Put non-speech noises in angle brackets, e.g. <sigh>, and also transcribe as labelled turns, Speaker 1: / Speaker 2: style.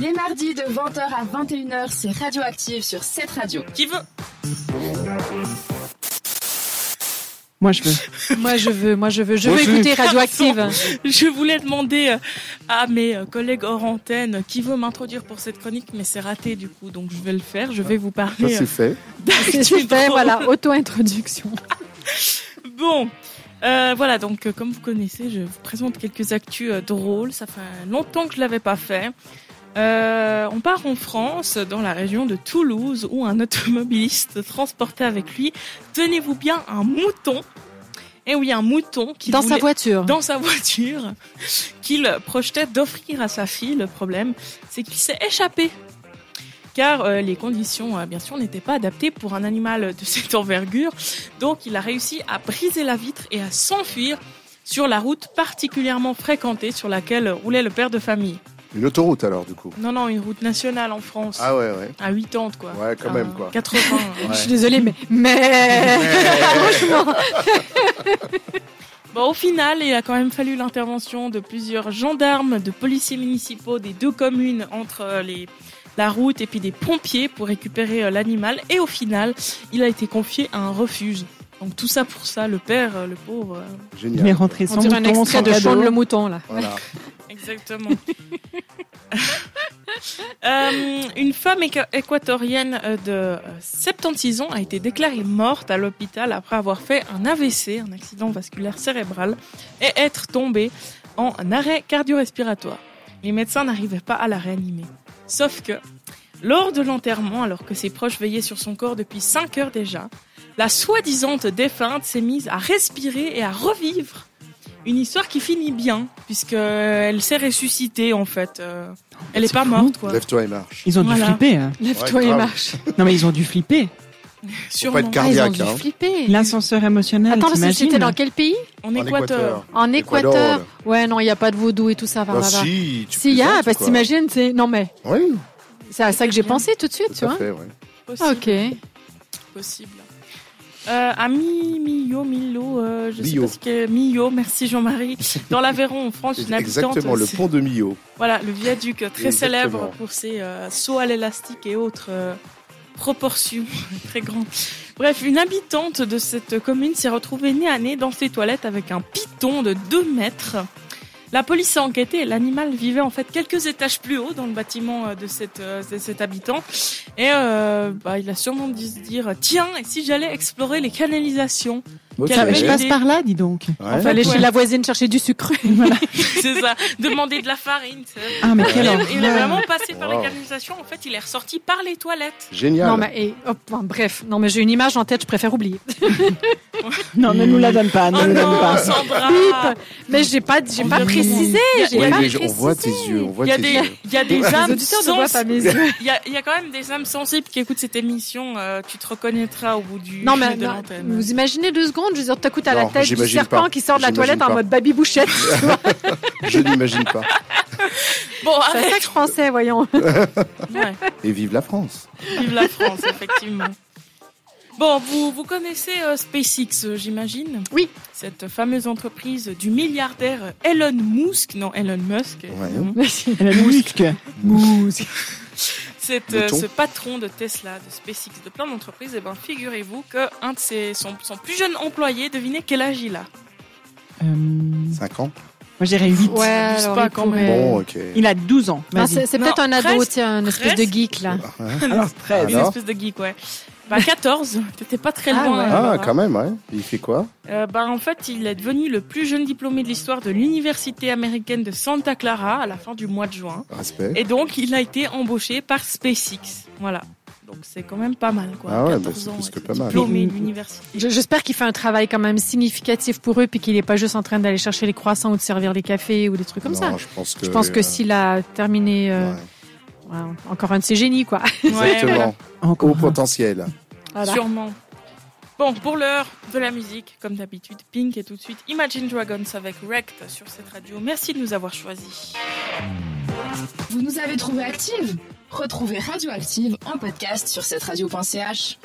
Speaker 1: Les mardis de 20h à 21h, c'est Radioactive sur cette radio.
Speaker 2: Qui veut
Speaker 3: Moi, je veux.
Speaker 4: Moi, je veux, moi, je veux, je
Speaker 5: Moi
Speaker 4: veux
Speaker 5: aussi.
Speaker 4: écouter Radioactive.
Speaker 2: Je voulais demander euh, à mes euh, collègues hors antenne qui veut m'introduire pour cette chronique, mais c'est raté du coup, donc je vais le faire. Je vais vous
Speaker 5: Ça,
Speaker 2: parler. <laughs>
Speaker 5: c'est fait.
Speaker 4: C'est
Speaker 2: d'actu
Speaker 4: super,
Speaker 2: drôle.
Speaker 4: voilà, auto-introduction.
Speaker 2: <laughs> Bon, euh, voilà, donc euh, comme vous connaissez, je vous présente quelques actus euh, drôles. Ça fait longtemps que je l'avais pas fait. Euh, on part en France, dans la région de Toulouse, où un automobiliste transportait avec lui, tenez-vous bien, un mouton. Et oui, un mouton qui
Speaker 4: Dans
Speaker 2: voulait-
Speaker 4: sa
Speaker 5: Ah
Speaker 4: voiture.
Speaker 2: dans sa voiture <laughs> qu'il projetait d'offrir à sa fille. Le problème, c'est qu'il s'est échappé. Car euh, les conditions, euh, bien sûr, n'étaient pas adaptées pour un animal de <laughs> cette envergure. Donc il a réussi à briser la vitre et à s'enfuir sur la route particulièrement fréquentée sur laquelle roulait le père de famille.
Speaker 5: Une autoroute, alors, du coup.
Speaker 2: Non, non, une route nationale en France.
Speaker 5: Ah ouais, ouais.
Speaker 2: À 80, quoi.
Speaker 5: Ouais,
Speaker 4: Ah.
Speaker 5: quand
Speaker 2: À
Speaker 5: même, quoi.
Speaker 2: 80.
Speaker 5: <laughs>
Speaker 4: Je suis désolée, mais, mais, franchement,
Speaker 2: Bon, au final, il a quand même fallu l'intervention de plusieurs gendarmes, de policiers municipaux des deux communes entre euh, les, la route et puis des pompiers pour récupérer euh, l'animal. Et au final, il a été confié à un refuge. Donc tout ça pour ça, le père, euh, le pauvre. euh,
Speaker 3: Il est
Speaker 5: Génial.
Speaker 3: rentré
Speaker 4: on
Speaker 3: sans
Speaker 4: dirait un
Speaker 3: mouton,
Speaker 4: extrait
Speaker 3: sans
Speaker 4: de Chante
Speaker 3: cadeau.
Speaker 4: le mouton, là.
Speaker 5: Voilà.
Speaker 2: Exactement. Euh, une femme équa- équatorienne euh, de euh, 76 ans a été déclarée morte à l'hôpital après avoir fait un AVC, un accident vasculaire cérébral, et être tombée en arrêt cardio-respiratoire. Les médecins n'arrivaient pas à la réanimer. Sauf que, lors de l'enterrement, alors que ses proches veillaient sur son corps depuis 5 heures déjà, la soi-disante défunte s'est mise à respirer et à revivre. Une histoire qui finit bien, puisque euh, elle s'est ressuscitée en fait. Euh, elle est
Speaker 3: c'est
Speaker 2: pas
Speaker 3: fou.
Speaker 2: morte quoi.
Speaker 5: Lève-toi et marche.
Speaker 3: Ils ont dû
Speaker 2: Voilà.
Speaker 3: flipper. hein.
Speaker 4: Lève-toi
Speaker 5: Ouais,
Speaker 4: et
Speaker 5: grave.
Speaker 4: marche.
Speaker 3: Non, mais ils ont dû flipper.
Speaker 5: Faut pas
Speaker 2: Sûrement.
Speaker 5: être
Speaker 4: Ah, ils ont
Speaker 5: cardiaque,
Speaker 4: dû
Speaker 5: hein.
Speaker 4: flipper.
Speaker 3: L'ascenseur émotionnel,
Speaker 4: Attends, parce que
Speaker 3: t'imagines
Speaker 4: c'était dans quel pays
Speaker 2: En
Speaker 5: En
Speaker 2: Équateur.
Speaker 5: Équateur.
Speaker 4: En
Speaker 5: Équateur.
Speaker 4: Équateur. hein. Ouais, non, il n'y a pas de vaudou et tout ça. va, va,
Speaker 5: Ah,
Speaker 4: va.
Speaker 5: si, tu
Speaker 4: bah, Si, y a,
Speaker 5: plaisantes,
Speaker 4: parce que
Speaker 5: quoi.
Speaker 4: t'imagines, c'est. Non, mais
Speaker 5: Oui,
Speaker 4: c'est à ça que j'ai pensé tout de suite, tu
Speaker 5: tout à
Speaker 4: vois.
Speaker 5: fait, ouais.
Speaker 2: Possible.
Speaker 4: Ah, Ok.
Speaker 2: possible. Euh, à Mi- Millau, Millau, euh, je
Speaker 5: Millau.
Speaker 2: sais pas ce que Millau, merci
Speaker 5: <laughs>
Speaker 2: Jean-Marie. Dans l'Aveyron, en France, une habitante.
Speaker 5: Exactement, le
Speaker 2: s'est-
Speaker 5: pont de Millau.
Speaker 2: Voilà, le viaduc euh, très
Speaker 5: Exactement.
Speaker 2: célèbre pour ses euh, sauts à l'élastique et autres euh, proportions <laughs> très grandes. Bref, une habitante de cette commune s'est retrouvée nez à nez dans ses toilettes avec un piton de 2 mètres. La police a enquêté et l'animal vivait en fait quelques étages plus haut dans le bâtiment euh, de, cette, euh, de cet habitant. Et euh, bah, il a sûrement dû se dire tiens, et si j'allais explorer les canalisations <laughs>
Speaker 5: Ok.
Speaker 2: Quelle
Speaker 3: Ah, mais je
Speaker 2: belle
Speaker 3: passe
Speaker 2: idée.
Speaker 3: par là, dis donc.
Speaker 5: Ouais.
Speaker 4: Fallait
Speaker 2: ouais.
Speaker 4: chez la voisine chercher du <laughs> sucre. Voilà.
Speaker 2: C'est ça, demander de la farine. tu sais.
Speaker 3: Ah, mais
Speaker 2: Il
Speaker 3: quelle
Speaker 2: est, il est
Speaker 3: horreur.
Speaker 2: vraiment passé par
Speaker 5: Wow.
Speaker 2: les canalisations, en fait, il est ressorti par les toilettes.
Speaker 5: Génial.
Speaker 4: Non, mais et, hop, bon, bref. Non, mais j'ai une image en tête, je préfère oublier. <laughs>
Speaker 3: Non, ne nous la donne pas, ne
Speaker 2: Oh
Speaker 3: nous la donne
Speaker 2: non,
Speaker 3: pas.
Speaker 2: Sandra
Speaker 4: Mais j'ai pas, j'ai
Speaker 2: On
Speaker 4: pas
Speaker 2: dirait-
Speaker 4: précisé. J'ai
Speaker 5: Ouais,
Speaker 4: pas
Speaker 5: mais je- on
Speaker 4: précisé.
Speaker 5: voit tes yeux, on voit
Speaker 2: Il y a
Speaker 5: tes
Speaker 2: des,
Speaker 4: <laughs>
Speaker 5: yeux.
Speaker 2: il y a des
Speaker 4: Les
Speaker 2: âmes
Speaker 4: auditeurs ne voient pas
Speaker 2: sensibles.
Speaker 4: mes yeux.
Speaker 2: Il y a, il y a quand même des âmes sensibles qui écoutent cette émission. euh, tu te reconnaîtras au bout du
Speaker 4: Non,
Speaker 2: fil
Speaker 4: mais
Speaker 2: de
Speaker 4: non,
Speaker 2: l'antenne.
Speaker 4: vous imaginez deux secondes, je veux dire, tout à coup, t'as la
Speaker 5: Non,
Speaker 4: tête du
Speaker 5: j'imagine
Speaker 4: serpent
Speaker 5: pas.
Speaker 4: qui sort de la
Speaker 5: J'imagine
Speaker 4: toilette en
Speaker 5: pas.
Speaker 4: mode baby bouchette. c'est
Speaker 5: Je n'imagine pas.
Speaker 2: Bon,
Speaker 4: à ça
Speaker 2: allez,
Speaker 4: que je pensais,
Speaker 2: <laughs>
Speaker 4: voyons.
Speaker 2: ouais,
Speaker 5: Et vive la France.
Speaker 2: vive la France, effectivement. Bon, vous, vous connaissez euh, SpaceX, euh, j'imagine
Speaker 4: Oui.
Speaker 2: Cette fameuse entreprise du milliardaire Elon Musk. Non, Elon Musk. évidemment.
Speaker 3: La mousque. Mousque.
Speaker 2: Cette,
Speaker 5: Mouton.
Speaker 2: euh, ce patron de Tesla, de SpaceX, de plein d'entreprises, eh ben, figurez-vous qu'un de ses, son, son plus jeune employé, devinez quel âge il a
Speaker 3: Euh, Moi,
Speaker 5: 5 ans
Speaker 3: j'irais 8.
Speaker 4: Ouais,
Speaker 2: abuse
Speaker 4: alors,
Speaker 2: pas
Speaker 4: il
Speaker 2: quand
Speaker 4: pourrait-
Speaker 5: Bon, ok.
Speaker 3: Il a 12 ans.
Speaker 4: Non,
Speaker 3: Vas-y.
Speaker 4: c'est c'est peut-être
Speaker 2: Non,
Speaker 4: un ado,
Speaker 2: presque,
Speaker 4: tiens, une espèce de
Speaker 2: presque.
Speaker 4: geek, là.
Speaker 5: Ah,
Speaker 3: Alors, 13.
Speaker 2: Une
Speaker 5: Alors
Speaker 2: espèce de geek, ouais. Bah, 14, <laughs> t'étais pas très
Speaker 4: Ah
Speaker 2: loin.
Speaker 4: ouais.
Speaker 2: Barbara.
Speaker 5: Ah, quand même, ouais. Il fait quoi
Speaker 2: Euh, bah, en fait, il est devenu le plus jeune diplômé de l'histoire de l'université américaine de Santa Clara à la fin du mois de juin.
Speaker 5: Respect.
Speaker 2: Et donc, il a été embauché par SpaceX. Voilà. Donc, c'est quand même pas mal, quoi.
Speaker 5: Ah ouais,
Speaker 2: 14
Speaker 5: bah, c'est
Speaker 2: ans,
Speaker 5: plus que
Speaker 2: être
Speaker 5: pas mal.
Speaker 2: Diplômé
Speaker 3: Mais-
Speaker 2: d'université.
Speaker 4: Mm. Je- J'espère qu'il fait un travail quand même significatif pour eux, puis qu'il est pas juste en train d'aller chercher les croissants ou de servir les cafés ou des trucs comme
Speaker 5: Non,
Speaker 4: ça.
Speaker 5: Je pense que,
Speaker 4: Je pense que
Speaker 5: euh,
Speaker 4: s'il a terminé, euh,
Speaker 5: ouais.
Speaker 4: ouais, encore un de ses génies, quoi.
Speaker 2: voilà.
Speaker 5: Exactement. Au
Speaker 3: Encore. un.
Speaker 5: potentiel.
Speaker 4: Voilà.
Speaker 2: Sûrement. Bon, pour l'heure de la musique, comme d'habitude, Pink et tout de suite Imagine Dragons avec Wrecked sur cette radio. Merci de nous avoir choisis.
Speaker 1: Vous nous avez trouvé active Retrouvez Radioactive en podcast sur cette radio.ch.